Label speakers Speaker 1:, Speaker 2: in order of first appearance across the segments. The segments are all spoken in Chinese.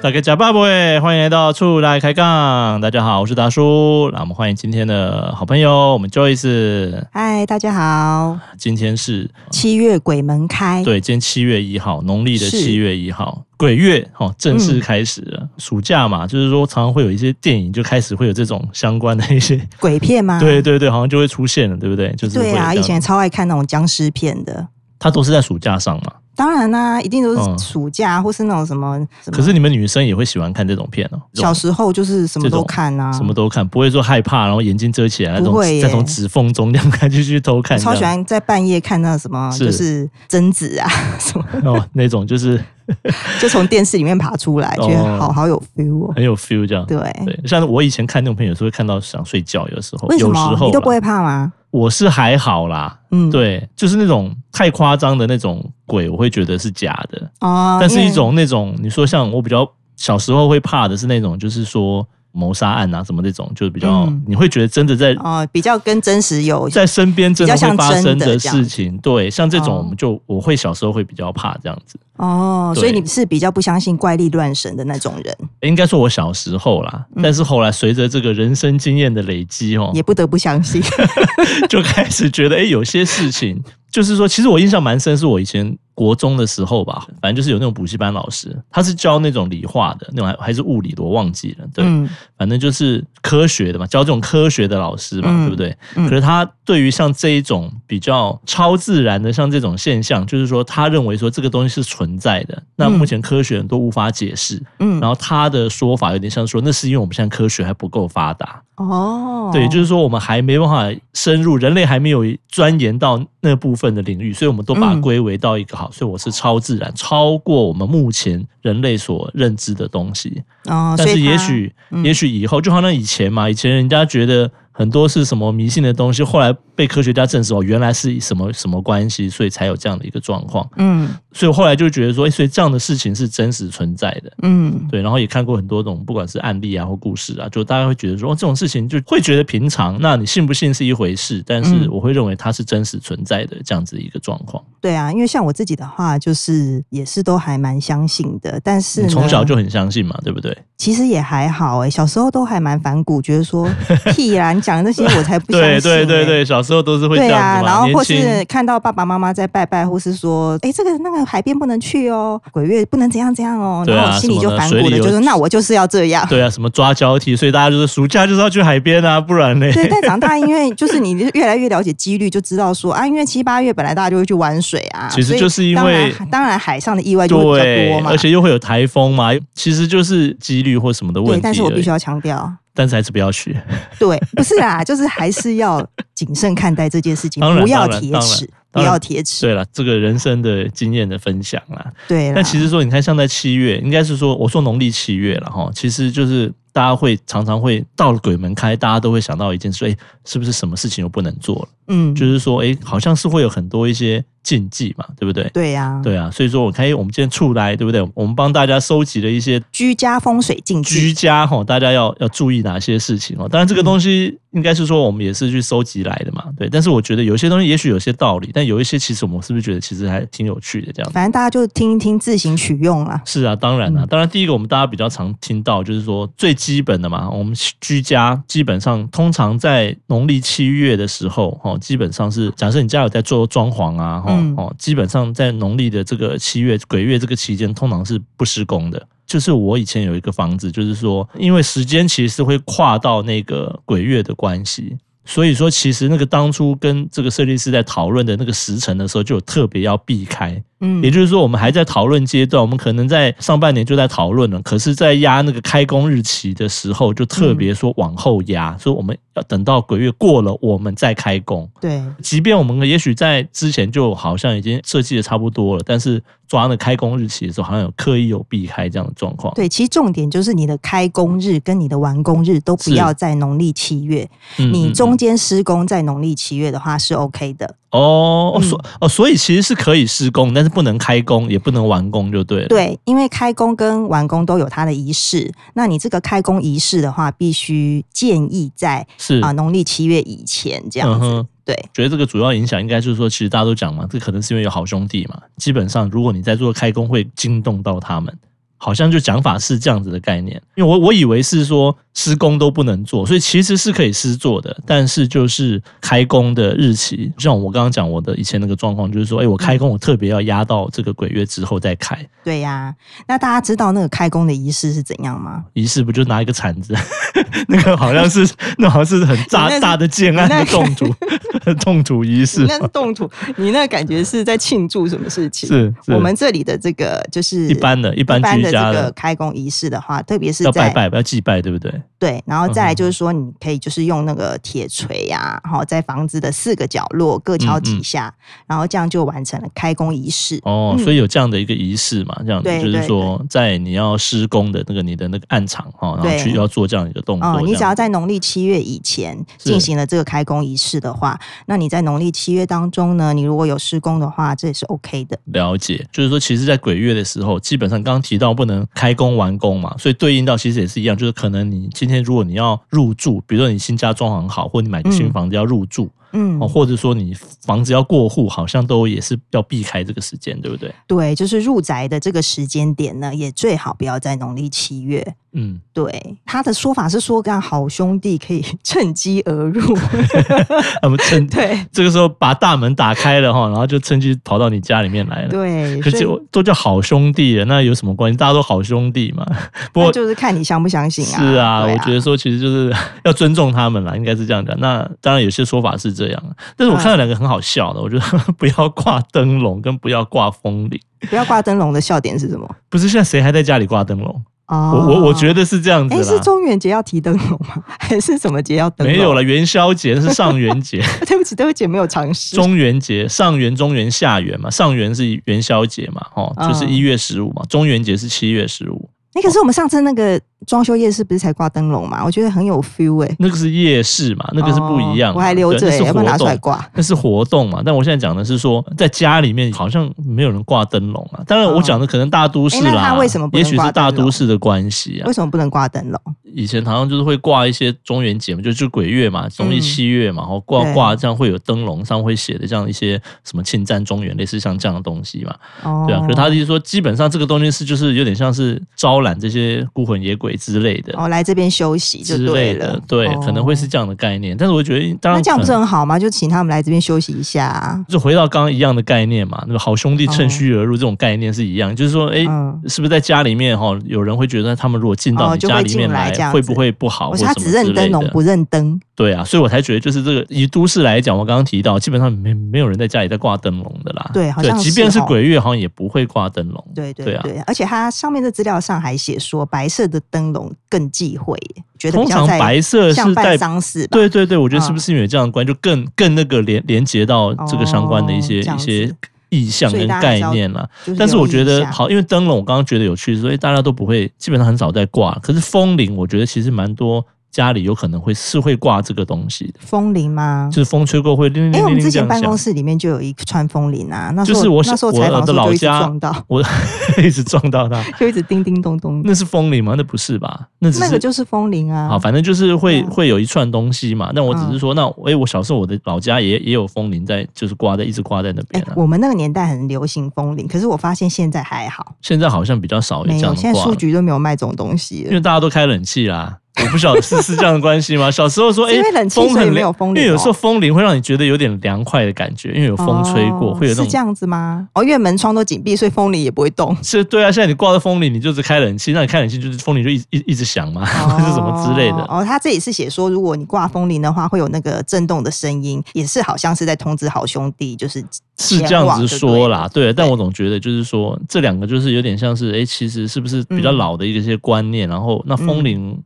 Speaker 1: 大家假爸爸，欢迎来到出来开杠。大家好，我是达叔。那我们欢迎今天的好朋友，我们 Joyce。
Speaker 2: 嗨，大家好！
Speaker 1: 今天是
Speaker 2: 七月鬼门开，
Speaker 1: 对，今天七月一号，农历的
Speaker 2: 是嗯
Speaker 1: 七月一号，鬼月哦，正式开始了。暑假嘛，就是说常常会有一些电影就开始会有这种相关的一 些，
Speaker 2: 鬼片吗？
Speaker 1: 对对对，好像就会出现了，对不对？就是会
Speaker 2: 啊对
Speaker 1: 有
Speaker 2: 啊，
Speaker 1: 这样
Speaker 2: 以前超爱看那种僵尸片的。
Speaker 1: 它都是在暑假上嘛。
Speaker 2: 当然啦、一定都
Speaker 1: 嗯
Speaker 2: 是暑假、或是那种什么什么。
Speaker 1: 可是你们女生也会喜欢看这种片哦，这种
Speaker 2: 啊小时候啊就是什么都看啊，
Speaker 1: 什么都看，不会说害怕，然后眼睛遮起来，那种
Speaker 2: 不会耶
Speaker 1: 再从指缝中这样看就去偷看，
Speaker 2: 超喜
Speaker 1: 这样
Speaker 2: 欢在半夜看那什么，
Speaker 1: 是
Speaker 2: 就是贞子啊 什么，
Speaker 1: 哦，那种就是
Speaker 2: 就从电视里面爬出来，
Speaker 1: 哦
Speaker 2: 觉得好好有 feel 哦。
Speaker 1: 很有 feel 这样。
Speaker 2: 对，
Speaker 1: 对，像我以前看那种片，有时候会看到想睡觉，有时候
Speaker 2: 为
Speaker 1: 有
Speaker 2: 什
Speaker 1: 时
Speaker 2: 么
Speaker 1: 候
Speaker 2: 你都
Speaker 1: 啦
Speaker 2: 不会怕吗？
Speaker 1: 我是还好啦，
Speaker 2: 嗯，
Speaker 1: 对，就是那种太夸张的那种鬼，我会觉得是假的。
Speaker 2: 哦，
Speaker 1: 但是
Speaker 2: 因为
Speaker 1: 一种那种你说像我比较小时候会怕的是那种，就是说谋杀案啊什么那种，就是比较、
Speaker 2: 嗯
Speaker 1: 你会觉得真的在
Speaker 2: 哦，比较跟真实有
Speaker 1: 在身边真的
Speaker 2: 比较
Speaker 1: 会
Speaker 2: 像
Speaker 1: 发生
Speaker 2: 真的这样
Speaker 1: 事情。对，像这种我
Speaker 2: 哦
Speaker 1: 们就、我会小时候会比较怕这样子。
Speaker 2: 哦，所以
Speaker 1: 对
Speaker 2: 你是比较不相信怪力乱神的那种人，
Speaker 1: 应该说我小时候啦，
Speaker 2: 嗯
Speaker 1: 但是后来随着这个人生经验的累积哦，
Speaker 2: 也不得不相 信。
Speaker 1: 就开始觉得，哎、有些事情，就是说，其实我印象蛮深，是我以前国中的时候吧，反正就是有那种补习班老师，他是教那种理化的，那种还还是物理的，我忘记了。对，
Speaker 2: 嗯
Speaker 1: 反正就是科学的嘛，教这种科学的老师嘛，
Speaker 2: 嗯
Speaker 1: 对不对？
Speaker 2: 嗯
Speaker 1: 可是他对于像这一种比较超自然的，像这种现象，就是说，他认为说这个东西是存在的，那目前科学都无法解释。
Speaker 2: 嗯，
Speaker 1: 然后他的说法有点像说，那是因为我们现在科学还不够发达。
Speaker 2: 哦，
Speaker 1: 对，就是说我们还没办法深入，人类还没有钻研到那部分的领域，所以我们都把它
Speaker 2: 嗯
Speaker 1: 归为到一个好，所以我是超自然，超过我们目前人类所认知的东西。
Speaker 2: 哦，
Speaker 1: 但
Speaker 2: 所
Speaker 1: 是
Speaker 2: 以
Speaker 1: 也
Speaker 2: 他
Speaker 1: 许，
Speaker 2: 嗯
Speaker 1: 也许以后就好像以前嘛，以前人家觉得很多是什么迷信的东西，后来被科学家证实哦，原来是什么什么关系，所以才有这样的一个状况。
Speaker 2: 嗯
Speaker 1: 所以后来就觉得说，诶所以这样的事情是真实存在的。
Speaker 2: 嗯，
Speaker 1: 对，然后也看过很多种，不管是案例啊或故事啊，就大家会觉得说、哦、这种事情就会觉得平常，那你信不信是一回事，但是
Speaker 2: 嗯
Speaker 1: 我会认为它是真实存在的这样子一个状况。
Speaker 2: 对啊，因为像我自己的话，就是也是都还蛮相信的，但是
Speaker 1: 你
Speaker 2: 呢
Speaker 1: 从小就很相信嘛，对不对？
Speaker 2: 其实也还好哎、小时候都还蛮反骨，觉 得说屁啦，你讲的那些我才不相信、
Speaker 1: 对对对
Speaker 2: 欸。
Speaker 1: 对，小时候都是会这
Speaker 2: 对
Speaker 1: 样
Speaker 2: 啊，
Speaker 1: 子
Speaker 2: 然
Speaker 1: 嘛，
Speaker 2: 后
Speaker 1: 年
Speaker 2: 或
Speaker 1: 轻
Speaker 2: 是看到爸爸妈妈在拜拜，或是说，哎，这个那个海边不能去哦，鬼月不能怎样怎样哦，
Speaker 1: 对啊
Speaker 2: 然后我心里
Speaker 1: 什么
Speaker 2: 就
Speaker 1: 的
Speaker 2: 反
Speaker 1: 水
Speaker 2: 骨
Speaker 1: 里
Speaker 2: 的，
Speaker 1: 有
Speaker 2: 就说那我就是要这样。
Speaker 1: 对啊，什么抓交替，所以大家就是暑假就是要去海边啊，不然 嘞。
Speaker 2: 对，但长大因为就是你越来越了解几率，就知道说啊，因为七八月本来大家就会去玩水啊，
Speaker 1: 其实
Speaker 2: 所以
Speaker 1: 就是因
Speaker 2: 当然
Speaker 1: 为
Speaker 2: 当然海上的意外就会比
Speaker 1: 对
Speaker 2: 较多，嘛，
Speaker 1: 而且又会有台风嘛，其实就是几率或什么的问
Speaker 2: 对，
Speaker 1: 题。
Speaker 2: 但是我必须，要强调，
Speaker 1: 但是还是不要去。
Speaker 2: 对，不是啦，就是还是要谨慎看待这件事情
Speaker 1: 当，然
Speaker 2: 不要
Speaker 1: 当然
Speaker 2: 铁
Speaker 1: 当然
Speaker 2: 齿，不
Speaker 1: 当然
Speaker 2: 要铁齿，
Speaker 1: 对了，这个人生的经验的分享啦。
Speaker 2: 对啦
Speaker 1: 但其实说，你看，像在七月，应该是说，我说农历七月了哈，其实就是大家会常常会到了鬼门开，大家都会想到一件事，哎、是不是什么事情又不能做了？
Speaker 2: 嗯，
Speaker 1: 就是说，哎、好像是会有很多一些禁忌嘛，对不对？
Speaker 2: 对呀、
Speaker 1: 对啊，所以说我看，哎我们今天出来，对不对？我们帮大家收集了一些
Speaker 2: 居家风水禁
Speaker 1: 居
Speaker 2: 忌，
Speaker 1: 家哈，大家要要注意哪些事情哦。当然，这个东西应该是说我们也是去收集来的嘛，对。但是我觉得有些东西也许有些道理，但有一些其实我们是不是觉得其实还挺有趣的这样子
Speaker 2: 反正大家就听一听，自行取用啦。
Speaker 1: 是啊，当然啦、当然第一个我们大家比较常听到就是说最基本的嘛，我们居家基本上通常在农历七月的时候，哦，基本上是假设你家有在做装潢啊，哦、
Speaker 2: 嗯
Speaker 1: 哦，基本上在农历的这个七月鬼月这个期间，通常是不施工的。就是我以前有一个房子，就是说，因为时间其实是会跨到那个鬼月的关系，所以说其实那个当初跟这个设计师在讨论的那个时辰的时候，就有特别要避开，
Speaker 2: 嗯
Speaker 1: 也，就是说，我们还在讨论阶段，我们可能在上半年就在讨论了，可是，在压那个开工日期的时候，就特别说往后压，
Speaker 2: 嗯
Speaker 1: 说我们要等到鬼月过了，我们再开工。
Speaker 2: 对，
Speaker 1: 即便我们也许在之前就好像已经设计的差不多了，但是抓那开工日期的时候，好像有刻意有避开这样的状况。
Speaker 2: 对，其实重点就是你的开工日跟你的完工日都不
Speaker 1: 是
Speaker 2: 要在农历七月，
Speaker 1: 嗯
Speaker 2: 你
Speaker 1: 嗯
Speaker 2: 中
Speaker 1: 嗯
Speaker 2: 间施工在农历七月的话是 OK 的。
Speaker 1: 哦
Speaker 2: 嗯
Speaker 1: 哦所哦，所以其实是可以施工，但是不能开工，也不能完工，就对了。
Speaker 2: 对，因为开工跟完工都有它的仪式，那你这个开工仪式的话，必须建议在
Speaker 1: 是
Speaker 2: 啊农历七月以前这样子。
Speaker 1: 嗯哼
Speaker 2: 对，
Speaker 1: 觉得这个主要影响应该就是说，其实大家都讲嘛，这可能是因为有好兄弟嘛。基本上，如果你在做开工，会惊动到他们，好像就讲法是这样子的概念，因为我我以为是说施工都不能做，所以其实是可以施做的，但是就是开工的日期，像我刚刚讲我的以前那个状况，就是说，哎、我开工我特别要压到这个鬼月之后再开，
Speaker 2: 对呀、那大家知道那个开工的仪式是怎样吗？
Speaker 1: 仪式不就拿一个铲子， 那个好像是那好像是很
Speaker 2: 你那
Speaker 1: 大
Speaker 2: 是
Speaker 1: 大的建案
Speaker 2: 你
Speaker 1: 的
Speaker 2: 那个
Speaker 1: 动 土动土仪式
Speaker 2: 你，那动土， 你那感觉是在庆祝什么事情？
Speaker 1: 是是
Speaker 2: 我们这里的这个就是
Speaker 1: 一般的一
Speaker 2: 嗯一
Speaker 1: 般
Speaker 2: 般
Speaker 1: 居
Speaker 2: 的
Speaker 1: 家
Speaker 2: 这个
Speaker 1: 的
Speaker 2: 开工仪式的话，特别是
Speaker 1: 要
Speaker 2: 在
Speaker 1: 拜拜要祭拜，对不对？
Speaker 2: 对，然后再
Speaker 1: 嗯
Speaker 2: 来就是说，你可以就是用那个铁锤呀、好、在房子的四个角落各敲
Speaker 1: 嗯
Speaker 2: 几
Speaker 1: 嗯
Speaker 2: 下，然后这样就完成了开工仪式。
Speaker 1: 哦，
Speaker 2: 嗯
Speaker 1: 所以有这样的一个仪式嘛，这样子
Speaker 2: 对
Speaker 1: 就是
Speaker 2: 对
Speaker 1: 说，在你要施工的那个你的那个暗场哈，哦然后
Speaker 2: 对
Speaker 1: 去要做这样一个动作
Speaker 2: 哦、
Speaker 1: 这样，
Speaker 2: 你只要在农历七月以前
Speaker 1: 是
Speaker 2: 进行了这个开工仪式的话，那你在农历七月当中呢，你如果有施工的话，这也是 OK 的。
Speaker 1: 了解，就是说，其实，在鬼月的时候，基本上刚刚提到不能开工完工嘛，所以对应到其实也是一样，就是可能你今天如果你要入住，比如说你新家装潢好，或你买个新
Speaker 2: 嗯
Speaker 1: 房子要入住，
Speaker 2: 嗯
Speaker 1: 哦，，或者说你房子要过户，好像都也是要避开这个时间，对不对？
Speaker 2: 对，就是入宅的这个时间点呢，也最好不要在农历七月。
Speaker 1: 嗯，
Speaker 2: 对，他的说法是说，让好兄弟可以趁机而入。
Speaker 1: 那么啊趁
Speaker 2: 对
Speaker 1: 这个时候把大门打开了哈，然后就趁机逃到你家里面来了。
Speaker 2: 对，
Speaker 1: 可
Speaker 2: 所以
Speaker 1: 是我都叫好兄弟了，那有什么关系？大家都好兄弟嘛。不
Speaker 2: 那
Speaker 1: 过
Speaker 2: 就是看你相不相信啊。
Speaker 1: 是啊，
Speaker 2: 对
Speaker 1: 我觉得说其实就是要尊重他们啦，应该是这样讲。那当然有些说法是这样，啊但是我看到两个很好笑
Speaker 2: 嗯
Speaker 1: 的，我觉得不要挂灯笼跟不要挂风铃。
Speaker 2: 不要挂灯笼的笑点是什么？
Speaker 1: 不是现在谁还在家里挂灯笼？
Speaker 2: 哦
Speaker 1: 我我我觉，得是这样子
Speaker 2: 哎，是
Speaker 1: 啦。
Speaker 2: 中元节要提灯笼吗？ 还是什么节要灯笼？
Speaker 1: 没有了，元宵节那是上元节，
Speaker 2: 对不起，对不起，没有尝试。
Speaker 1: 中元节上元、中元、下元嘛，上元是元宵节嘛，哦，就是
Speaker 2: 嗯
Speaker 1: 一月十五嘛，中元节是七月十五，
Speaker 2: 哎、可是我们上次那个装修夜市不是才挂灯笼嘛？我觉得很有 feel 哎、
Speaker 1: 那个是夜市嘛，那个是不一样嘛、啊
Speaker 2: 哦我还留着、
Speaker 1: 对那
Speaker 2: 欸，
Speaker 1: 是
Speaker 2: 要不
Speaker 1: 活
Speaker 2: 要拿出来
Speaker 1: 动。
Speaker 2: 挂？
Speaker 1: 那是活动嘛，但我现在讲的是说，在家里面好像没有人挂灯笼啊。当然，我讲的可能大都市
Speaker 2: 哦诶
Speaker 1: 啦，
Speaker 2: 那他为什么不
Speaker 1: 也
Speaker 2: 能
Speaker 1: 许是大都市的关系啊
Speaker 2: 为。什么不能挂灯笼？
Speaker 1: 以前好像就是会挂一些中元节嘛，就就鬼月嘛，农历
Speaker 2: 嗯
Speaker 1: 七月嘛，然后挂
Speaker 2: 对
Speaker 1: 挂这样会有灯笼上会写的这样一些什么庆赞中元，类似像这样的东西嘛。
Speaker 2: 哦，
Speaker 1: 对啊，可是他就是说，基本上这个东西是就是有点像是招揽这些孤魂野鬼之类的。
Speaker 2: 哦来这边休息就
Speaker 1: 之类
Speaker 2: 对
Speaker 1: 的
Speaker 2: 了，，
Speaker 1: 对，
Speaker 2: 哦
Speaker 1: 可能会是。这样的概念。但是我觉得，当然
Speaker 2: 那这样不
Speaker 1: 可
Speaker 2: 是
Speaker 1: 能
Speaker 2: 很好吗？就请他们来这边休息一下、啊。
Speaker 1: 就回到刚刚一样的概念嘛，那个好兄弟趁虚而入这种概念是一样，就是说，哎、
Speaker 2: 嗯
Speaker 1: 是不是在家里面哈，有人会觉得他们如果进到
Speaker 2: 哦
Speaker 1: 你
Speaker 2: 就会
Speaker 1: 家里面
Speaker 2: 进来这样子
Speaker 1: 会不会不好，
Speaker 2: 我
Speaker 1: 或者
Speaker 2: 说他
Speaker 1: 什
Speaker 2: 只
Speaker 1: 么之
Speaker 2: 认
Speaker 1: 类
Speaker 2: 灯笼
Speaker 1: 的？
Speaker 2: 不认灯，
Speaker 1: 对啊，所以我才觉得就是这个以都市来讲，我刚刚提到，基本上没没有人在家里在挂灯笼的啦。
Speaker 2: 对好像
Speaker 1: 即
Speaker 2: 是
Speaker 1: 便是
Speaker 2: 哦
Speaker 1: 鬼月，好像也不会挂灯笼。
Speaker 2: 对对
Speaker 1: 对
Speaker 2: 对，
Speaker 1: 啊
Speaker 2: 而且他上面的资料上还写说白色的灯笼更忌讳耶，觉得
Speaker 1: 通
Speaker 2: 比较
Speaker 1: 常
Speaker 2: 在
Speaker 1: 白色
Speaker 2: 像
Speaker 1: 是代
Speaker 2: 办丧事吧。
Speaker 1: 对对对，我觉得是不
Speaker 2: 嗯
Speaker 1: 是因为有这样的关系，就更更那个连连接到这个相关的一些、
Speaker 2: 哦这
Speaker 1: 一
Speaker 2: 样子
Speaker 1: 些意向
Speaker 2: 所以
Speaker 1: 跟
Speaker 2: 大家还
Speaker 1: 概
Speaker 2: 是要
Speaker 1: 念啦。
Speaker 2: 就
Speaker 1: 但是我
Speaker 2: 留意
Speaker 1: 觉
Speaker 2: 一
Speaker 1: 得
Speaker 2: 下
Speaker 1: 好，因为灯笼我刚刚觉得有趣，所以大家都不会，基本上很少在挂。可是风铃，我觉得其实蛮多家里有可能会是会挂这个东西的，
Speaker 2: 风铃吗？
Speaker 1: 就是风吹过会铃铃
Speaker 2: 哎、我
Speaker 1: 铃铃
Speaker 2: 们之
Speaker 1: 这
Speaker 2: 前
Speaker 1: 样
Speaker 2: 办公
Speaker 1: 响。
Speaker 2: 室里面就有一串风铃啊，那时
Speaker 1: 就
Speaker 2: 候
Speaker 1: 是我
Speaker 2: 那时候
Speaker 1: 我
Speaker 2: 采
Speaker 1: 的
Speaker 2: 访的时候
Speaker 1: 老
Speaker 2: 就一直
Speaker 1: 家
Speaker 2: 撞到，，
Speaker 1: 我 一直撞到它，
Speaker 2: 就一直叮叮咚咚的。
Speaker 1: 那是风铃吗？那不是吧？那只
Speaker 2: 那个
Speaker 1: 是
Speaker 2: 就是风铃啊，
Speaker 1: 好，反正就是会、
Speaker 2: 嗯
Speaker 1: 会有一串东西嘛。那我只是
Speaker 2: 嗯
Speaker 1: 说，那哎、我小时候我的老家也也有风铃在，就是挂在一直挂在那
Speaker 2: 哎、
Speaker 1: 边、啊。
Speaker 2: 我们那个年代很流行风铃，可是我发现现在还好，
Speaker 1: 现在好像比较少有
Speaker 2: 没
Speaker 1: 这样
Speaker 2: 有，
Speaker 1: 的
Speaker 2: 现在
Speaker 1: 挂
Speaker 2: 书
Speaker 1: 了，
Speaker 2: 局都没有卖这种东西
Speaker 1: 因
Speaker 2: 了。
Speaker 1: 为大家都开冷气 啦。我不晓得是是这样的关系吗？小时候说，哎、
Speaker 2: 是因为冷气
Speaker 1: 风
Speaker 2: 所以
Speaker 1: 很
Speaker 2: 没有
Speaker 1: 凉
Speaker 2: 风
Speaker 1: 因为
Speaker 2: 铃
Speaker 1: 有
Speaker 2: 哦
Speaker 1: 时候风铃会让你觉得有点凉快的感觉，因为有风吹过，
Speaker 2: 哦
Speaker 1: 会有那
Speaker 2: 是这
Speaker 1: 种。
Speaker 2: 样子吗？哦，因为门窗都紧闭，所以风铃也不会动。
Speaker 1: 是对啊，现在你挂在风铃，你就是开冷气，那你开冷气就是风铃就一一一直响嘛， 或是什么之类的。
Speaker 2: 哦，哦他这里是写说，如果你挂风铃的话，会有那个震动的声音，也是好像是在通知好兄弟，就是
Speaker 1: 是这
Speaker 2: 前
Speaker 1: 样
Speaker 2: 往
Speaker 1: 子
Speaker 2: 就对
Speaker 1: 说
Speaker 2: 了
Speaker 1: 啦，对，但我总觉得就是说，这两个就是有点像是，诶，其实是不是比较
Speaker 2: 嗯
Speaker 1: 老的一些观念？然后那风铃，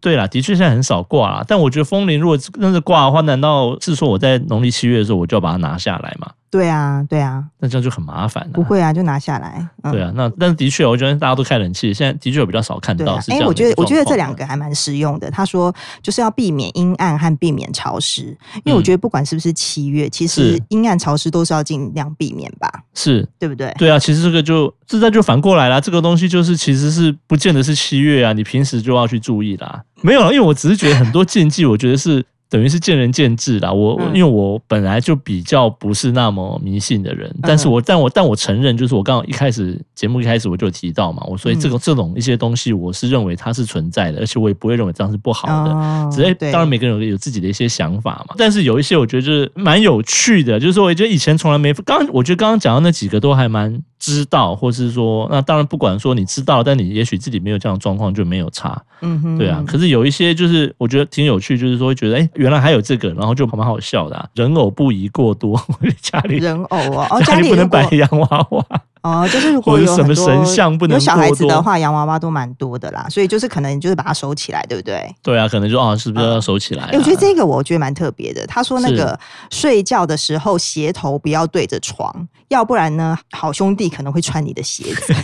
Speaker 1: 对啦，的确现在很少挂啦，但我觉得风铃如果真的挂的话，难道是说我在农历七月的时候我就要把它拿下来嘛？
Speaker 2: 对啊，对啊，
Speaker 1: 那这样就很麻烦了、
Speaker 2: 不会啊，就拿下来。嗯、
Speaker 1: 对啊，那但是的确，我觉得大家都开冷气，现在的确有比较少看
Speaker 2: 对
Speaker 1: 到
Speaker 2: 啊
Speaker 1: 是，这样的
Speaker 2: 我觉得我觉得这两
Speaker 1: 个
Speaker 2: 个还蛮实用的。他说就是要避免阴暗和避免潮湿，因为我
Speaker 1: 嗯
Speaker 2: 觉得不管是不是七月，其实
Speaker 1: 是
Speaker 2: 阴暗潮湿都是要尽量避免吧，
Speaker 1: 是
Speaker 2: 对不对？
Speaker 1: 对啊，其实这个就这在就反过来啦，这个东西就是其实是不见得是七月啊，你平时就要去注意啦。没有啦，因为我只是觉得很多禁忌，我觉得是等于是见仁见智啦。我、我
Speaker 2: 嗯
Speaker 1: 因为我本来就比较不是那么迷信的人，但
Speaker 2: 嗯
Speaker 1: 是我但我但我承认，就是我刚刚一开始节目一开始我就有提到嘛，我所以
Speaker 2: 嗯
Speaker 1: 这个、这种一些东西，我是认为它是存在的，而且我也不会认为这样是不好的。
Speaker 2: 哦
Speaker 1: 只是
Speaker 2: 对
Speaker 1: 当然每个人有有自己的一些想法嘛，但是有一些我觉得就是蛮有趣的，就是说我觉得以前从来没，刚我觉得刚刚讲到那几个都还蛮知道，或是说那当然不管说你知道，但你也许自己没有这样的状况就没有差，
Speaker 2: 嗯哼，
Speaker 1: 对啊。可是有一些就是我觉得挺有趣，就是说会觉得哎、诶原来还有这个，然后就蛮好笑的啊、人偶不宜过多， 家里
Speaker 2: 人偶哦，哦，
Speaker 1: 家
Speaker 2: 家
Speaker 1: 里
Speaker 2: 里
Speaker 1: 不能
Speaker 2: 如果
Speaker 1: 摆洋娃 娃，
Speaker 2: 哦，就是如果
Speaker 1: 或者
Speaker 2: 有
Speaker 1: 什么
Speaker 2: 很多
Speaker 1: 神像不能
Speaker 2: 有小孩
Speaker 1: 过
Speaker 2: 子的
Speaker 1: 多
Speaker 2: 话，洋娃娃都蛮多的啦，所以就是可能就是把它收起来，对不对？
Speaker 1: 对啊，可能就啊是不是要收起来、啊
Speaker 2: 哎、我觉得这个我觉得蛮特别的。他说那
Speaker 1: 是
Speaker 2: 个睡觉的时候鞋头不要对着床，要不然呢，好兄弟可能会穿你的鞋子。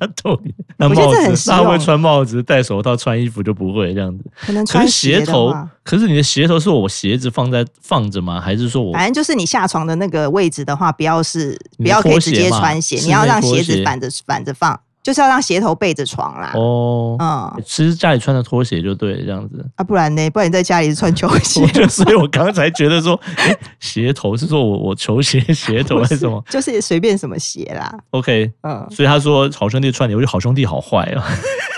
Speaker 1: 他逗你，那
Speaker 2: 我觉得
Speaker 1: 帽
Speaker 2: 这很
Speaker 1: 子
Speaker 2: 实
Speaker 1: 他会
Speaker 2: 用
Speaker 1: 穿帽子、戴手套、穿衣服就不会这样子。
Speaker 2: 可能
Speaker 1: 可
Speaker 2: 穿
Speaker 1: 是鞋
Speaker 2: 的
Speaker 1: 头
Speaker 2: 话，
Speaker 1: 可是你的鞋头是我鞋子放在放着吗？还是说我
Speaker 2: 反正就是你下床的那个位置的话，不要是
Speaker 1: 你
Speaker 2: 不
Speaker 1: 的
Speaker 2: 要可以
Speaker 1: 拖
Speaker 2: 直
Speaker 1: 鞋
Speaker 2: 接
Speaker 1: 嘛
Speaker 2: 穿鞋，
Speaker 1: 室
Speaker 2: 你要
Speaker 1: 内
Speaker 2: 让
Speaker 1: 拖
Speaker 2: 鞋子
Speaker 1: 鞋
Speaker 2: 反着反着放，就是要让鞋头背着床啦。
Speaker 1: 哦？
Speaker 2: 嗯
Speaker 1: 其实家里穿的拖鞋就对了，这样 子。
Speaker 2: 啊，不然呢？不然你在家里是穿球鞋
Speaker 1: 我。就所以，我刚才觉得说，诶鞋头是说我我球鞋鞋头还是什么
Speaker 2: 就是随便什么鞋啦，
Speaker 1: ？OK，
Speaker 2: 嗯，
Speaker 1: 所以他说好兄弟穿你，我觉得好兄弟好坏啊，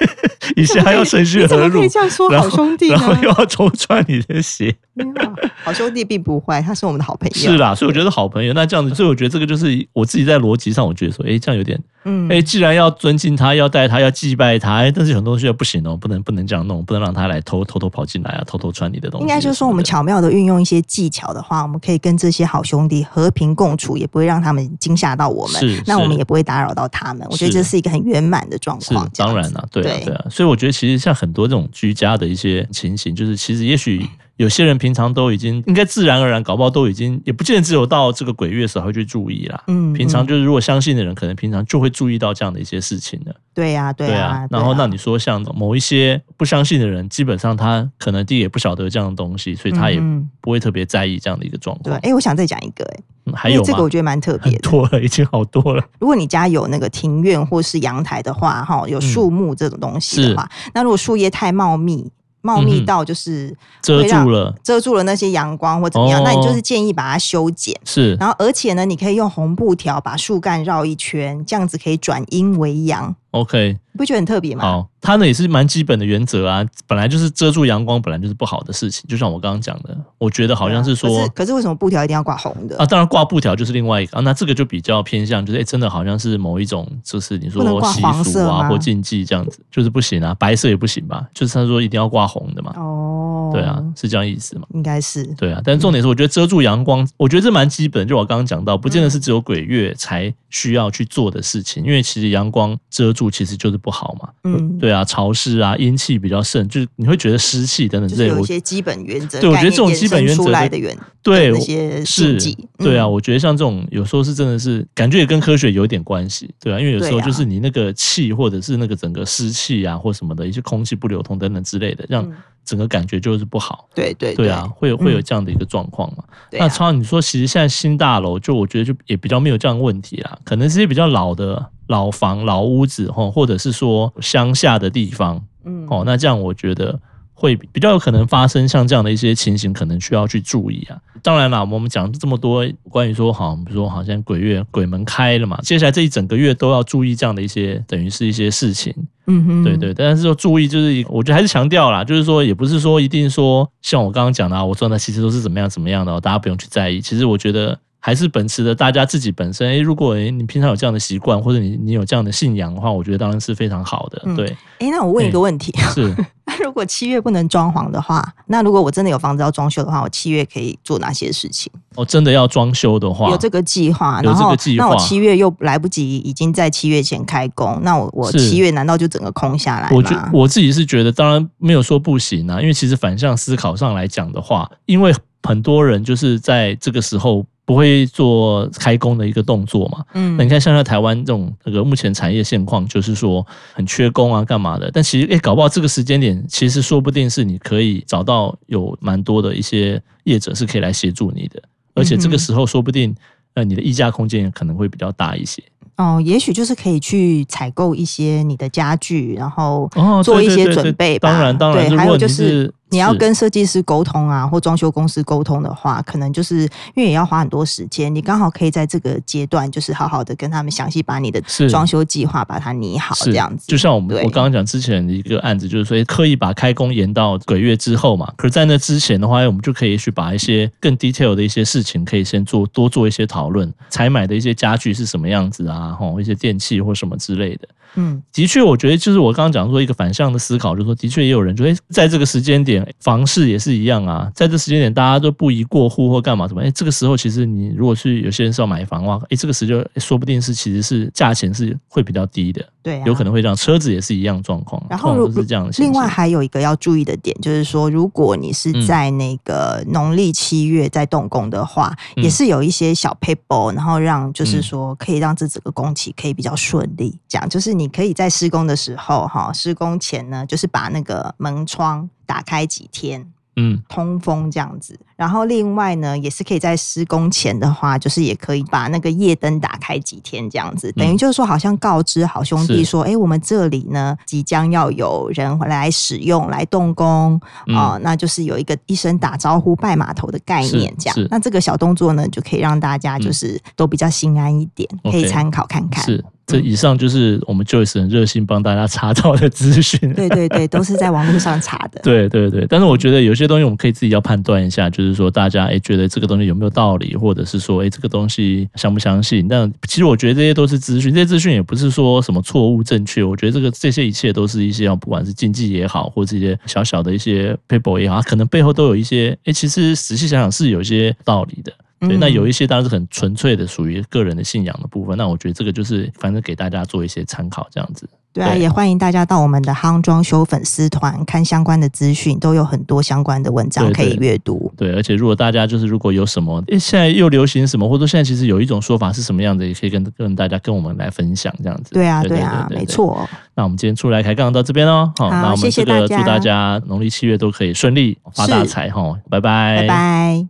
Speaker 1: 一下要顺序
Speaker 2: 你怎
Speaker 1: 合
Speaker 2: 么啊可
Speaker 1: 入
Speaker 2: 以，这样说
Speaker 1: 然
Speaker 2: 好
Speaker 1: 后
Speaker 2: 兄弟呢哎
Speaker 1: 然？后又要偷穿你的鞋，
Speaker 2: 没有 好兄弟并不坏，他是我啊们的好朋友。
Speaker 1: 是，啦。所以我觉得好朋友，那这样子，所以我觉得这个就是我自己在逻辑上，我觉得说，诶，这样有点
Speaker 2: 嗯，
Speaker 1: 哎、既然要尊敬他，要带他，要祭拜他，哎，但是很多东西又不行哦，不能不能这样弄，不能让他来偷偷偷跑进来啊，偷偷穿你的东西。
Speaker 2: 应该就是说，我们巧妙的运用一些技巧的话，我们可以跟这些好兄弟和平共处，也不会让他们惊吓到我
Speaker 1: 是
Speaker 2: 们，那我
Speaker 1: 是
Speaker 2: 们也不会打扰到他们。我觉得
Speaker 1: 是
Speaker 2: 这是一个很圆满的状
Speaker 1: 是
Speaker 2: 况。这样
Speaker 1: 当然
Speaker 2: 子
Speaker 1: 了、对啊
Speaker 2: 对
Speaker 1: 对啊，所以我觉得其实像很多这种居家的一些情形，就是其实也许有些人平常都已经应该自然而然，搞不好都已经也不见得只有到这个鬼月时候会去注意啦。
Speaker 2: 嗯
Speaker 1: 平常
Speaker 2: 嗯
Speaker 1: 就是如果相信的人，可能平常就会注意到这样的一些事情的。
Speaker 2: 对呀、对呀、
Speaker 1: 啊，
Speaker 2: 对
Speaker 1: 然后
Speaker 2: 啊
Speaker 1: 那你说像某一些不相信的人，基本上他可能第一也不晓得有这样的东西，所以他也
Speaker 2: 嗯嗯
Speaker 1: 不会特别在意这样的一个状
Speaker 2: 对，
Speaker 1: 况
Speaker 2: 哎、。我想再讲一个、诶
Speaker 1: 嗯还
Speaker 2: 因
Speaker 1: 有
Speaker 2: 为这个我
Speaker 1: 吗？
Speaker 2: 觉得蛮特
Speaker 1: 很
Speaker 2: 别的。
Speaker 1: 多了，已经好多 了。
Speaker 2: 如果你家有那个庭院或是阳台的话，哈，
Speaker 1: 嗯
Speaker 2: 有树木这种东西的话，那如果树叶太茂密，茂
Speaker 1: 嗯
Speaker 2: 密
Speaker 1: 哼
Speaker 2: 到就是
Speaker 1: 遮
Speaker 2: 会让
Speaker 1: 住了
Speaker 2: 遮住了那些阳光或怎么样，那你就
Speaker 1: 哦
Speaker 2: 是建议把它修剪。
Speaker 1: 是
Speaker 2: 然后，而且呢，你可以用红布条把树干绕一圈，这样子可以转阴为阳，
Speaker 1: OK，
Speaker 2: 你不觉得很特别吗？
Speaker 1: 好，它呢也是蛮基本的原则啊。本来就是遮住阳光，本来就是不好的事情。就像我刚刚讲的，我觉得好像是
Speaker 2: 啊可
Speaker 1: 说
Speaker 2: 是呃可是为什么布条一定要挂红的？
Speaker 1: 啊，当然挂布条就是另外一个啊。那这个就比较偏向，就是哎、诶真的好像是某一种，就是你
Speaker 2: 不能
Speaker 1: 说
Speaker 2: 挂
Speaker 1: 习
Speaker 2: 黄
Speaker 1: 俗
Speaker 2: 色
Speaker 1: 啊
Speaker 2: 吗
Speaker 1: 或禁忌这样子，就是不行啊，白色也不行吧？就是他说一定要挂红的嘛。
Speaker 2: 哦，
Speaker 1: 对啊，，是这样意思嘛？
Speaker 2: 应该是
Speaker 1: 对啊，但重点
Speaker 2: 嗯
Speaker 1: 是，我觉得遮住阳光，我觉得这蛮基本。就我刚刚讲到，不见得
Speaker 2: 嗯
Speaker 1: 是只有鬼月才需要去做的事情，因为其实阳光遮住其实就是不好嘛。
Speaker 2: 嗯
Speaker 1: 对啊，潮湿啊，阴气比较盛，就是你会觉得湿气等等
Speaker 2: 就
Speaker 1: 之
Speaker 2: 是
Speaker 1: 类的。
Speaker 2: 有一
Speaker 1: 我
Speaker 2: 些基本原则，
Speaker 1: 对我觉得
Speaker 2: 概
Speaker 1: 这种
Speaker 2: 念
Speaker 1: 基本
Speaker 2: 衍生
Speaker 1: 原则
Speaker 2: 出
Speaker 1: 的
Speaker 2: 来的原
Speaker 1: 对
Speaker 2: 那些禁
Speaker 1: 是
Speaker 2: 忌，，
Speaker 1: 对啊，
Speaker 2: 嗯
Speaker 1: 我觉得像这种有时候是真的是感觉也跟科学有点关系，对啊，因为有时候
Speaker 2: 对啊
Speaker 1: 就是你那个气或者是那个整个湿气啊或什么的一些空气不流通等等之类的，让
Speaker 2: 嗯
Speaker 1: 整个感觉就是不好。
Speaker 2: 对对
Speaker 1: 对啊，，会有会有
Speaker 2: 嗯
Speaker 1: 这样的一个状况嘛？
Speaker 2: 对
Speaker 1: 那
Speaker 2: 啊
Speaker 1: 超，你说其实现在新大楼，就我觉得就也比较没有这样的问题啦，可能是一些比较老的老房、老屋子吼，或者是说乡下的地方
Speaker 2: 嗯
Speaker 1: 哦，那这样我觉得会比比较有可能发生像这样的一些情形，可能需要去注意啊。当然啦，我们讲这么多关于说好，我们说好像鬼月鬼门开了嘛，接下来这一整个月都要注意这样的一些，等于是一些事情。
Speaker 2: 嗯哼，
Speaker 1: 对对，但是说注意，就是我觉得还是强调啦，就是说也不是说一定说像我刚刚讲的、啊，我说那其实都是怎么样怎么样的哦、大家不用去在意。其实我觉得还是本持的大家自己本身，诶，如果诶你平常有这样的习惯，或者你你有这样的信仰的话，我觉得当然是非常好的。
Speaker 2: 嗯
Speaker 1: 对，
Speaker 2: 哎，那我问一个问题，
Speaker 1: 是
Speaker 2: 那如果七月不能装潢的话，那如果我真的有房子要装修的话，我七月可以做哪些事情？
Speaker 1: 哦，真的要装修的话，
Speaker 2: 有这个计划，
Speaker 1: 有
Speaker 2: 然
Speaker 1: 这个
Speaker 2: 后
Speaker 1: 计划
Speaker 2: 那我七月又来不及，已经在七月前开工，那我我
Speaker 1: 是
Speaker 2: 七月难道就整个空下来
Speaker 1: 我觉
Speaker 2: 吗？
Speaker 1: 我自己是觉得，当然没有说不行啊，因为其实反向思考上来讲的话，因为很多人就是在这个时候不会做开工的一个动作嘛，
Speaker 2: 嗯
Speaker 1: 那你看，像在台湾这种那个目前产业现况，就是说很缺工啊，干嘛的？但其实，诶，搞不好这个时间点，其实说不定是你可以找到有蛮多的一些业者是可以来协助你的，而且这个时候说不定，呃，你的议价空间也可能会比较大一些。
Speaker 2: 哦，也许就是可以去采购一些你的家具，然后
Speaker 1: 哦，
Speaker 2: 做
Speaker 1: 对
Speaker 2: 一
Speaker 1: 对
Speaker 2: 些
Speaker 1: 对对
Speaker 2: 准备吧。
Speaker 1: 当然，当然，
Speaker 2: 对，还
Speaker 1: 如果
Speaker 2: 有
Speaker 1: 你
Speaker 2: 就是你要
Speaker 1: 是
Speaker 2: 跟设计师沟通啊，或装修公司沟通的话，可能就是因为也要花很多时间。你刚好可以在这个阶段，就是好好的跟他们详细把你的
Speaker 1: 是
Speaker 2: 装修计划把它拟好，
Speaker 1: 是
Speaker 2: 这样子。
Speaker 1: 就像我们
Speaker 2: 对
Speaker 1: 我刚刚讲之前的一个案子，就是说诶刻意把开工延到鬼月之后嘛。可是，在那之前的话，我们就可以去把一些更 detail 的一些事情，可以先做多做一些讨论。采买的一些家具是什么样子啊？吼，一些电器或什么之类的。
Speaker 2: 嗯，
Speaker 1: 的确，我觉得就是我刚刚讲说一个反向的思考，就是说，的确也有人说，哎，在这个时间点，房市也是一样啊，在这时间点大家都不宜过户或干嘛什么，哎，这个时候其实你如果是有些人是要买房的话，哎，这个时就说不定是其实是价钱是会比较低的，
Speaker 2: 对、啊，
Speaker 1: 有可能会这样。车子也是一样状况，啊
Speaker 2: 然后
Speaker 1: 通
Speaker 2: 如
Speaker 1: 常都是这样的现
Speaker 2: 另
Speaker 1: 象。
Speaker 2: 外还有一个要注意的点，就是说，如果你是在那个农历七月在动工的话，
Speaker 1: 嗯
Speaker 2: 也是有一些小 paper，然后让就是
Speaker 1: 嗯
Speaker 2: 说可以让这整个工期可以比较顺利。这样就是你可以在施工的时候哈，施工前呢，就是把那个门窗打开几天。
Speaker 1: 嗯，
Speaker 2: 通风这样子，然后另外呢，也是可以在施工前的话，就是也可以把那个夜灯打开几天这样子，等于就是说，好像告知好兄弟
Speaker 1: 嗯是
Speaker 2: 说，哎、我们这里呢即将要有人来使用来动工哦、
Speaker 1: 嗯
Speaker 2: 那就是有一个一声打招呼拜码头的概念
Speaker 1: 是
Speaker 2: 这样
Speaker 1: 是。嗯
Speaker 2: 那这个小动作呢，就可以让大家就是都比较心安一点，可以
Speaker 1: OK
Speaker 2: 参考看看。
Speaker 1: 是。这以上就是我们 Joyce 很热心帮大家查到的资讯。
Speaker 2: 对对对，都是在网络上查的。
Speaker 1: 对对对，但是我觉得有些东西我们可以自己要判断一下，就是说大家诶觉得这个东西有没有道理，或者是说诶这个东西相不相信。但其实我觉得这些都是资讯，这些资讯也不是说什么错误正确，我觉得这个这些一切都是一些啊不管是经济也好，或这些小小的一些 paper 也好，它可能背后都有一些诶其实仔细想想是有一些道理的。 对，
Speaker 2: 嗯
Speaker 1: 那有一些当然是很纯粹的，属于个人的信仰的部分。那我觉得这个就是，反正给大家做一些参考，这样子。
Speaker 2: 对啊，
Speaker 1: 对
Speaker 2: 也欢迎大家到我们的夯装修粉丝团看相关的资讯，都有很多相关的文章
Speaker 1: 对
Speaker 2: 可以
Speaker 1: 对
Speaker 2: 阅读。
Speaker 1: 对，而且如果大家就是如果有什么，诶，现在又流行什么，或者说现在其实有一种说法是什么样的，也可以跟跟大家跟我们来分享这样子。
Speaker 2: 对啊，对啊，没。错。
Speaker 1: 那我们今天出来开杠到这边喽，好
Speaker 2: 好
Speaker 1: 那我们
Speaker 2: 谢谢
Speaker 1: 这个
Speaker 2: 大家
Speaker 1: 祝大家农历七月都可以顺利发大
Speaker 2: 是
Speaker 1: 财哈，
Speaker 2: 拜拜。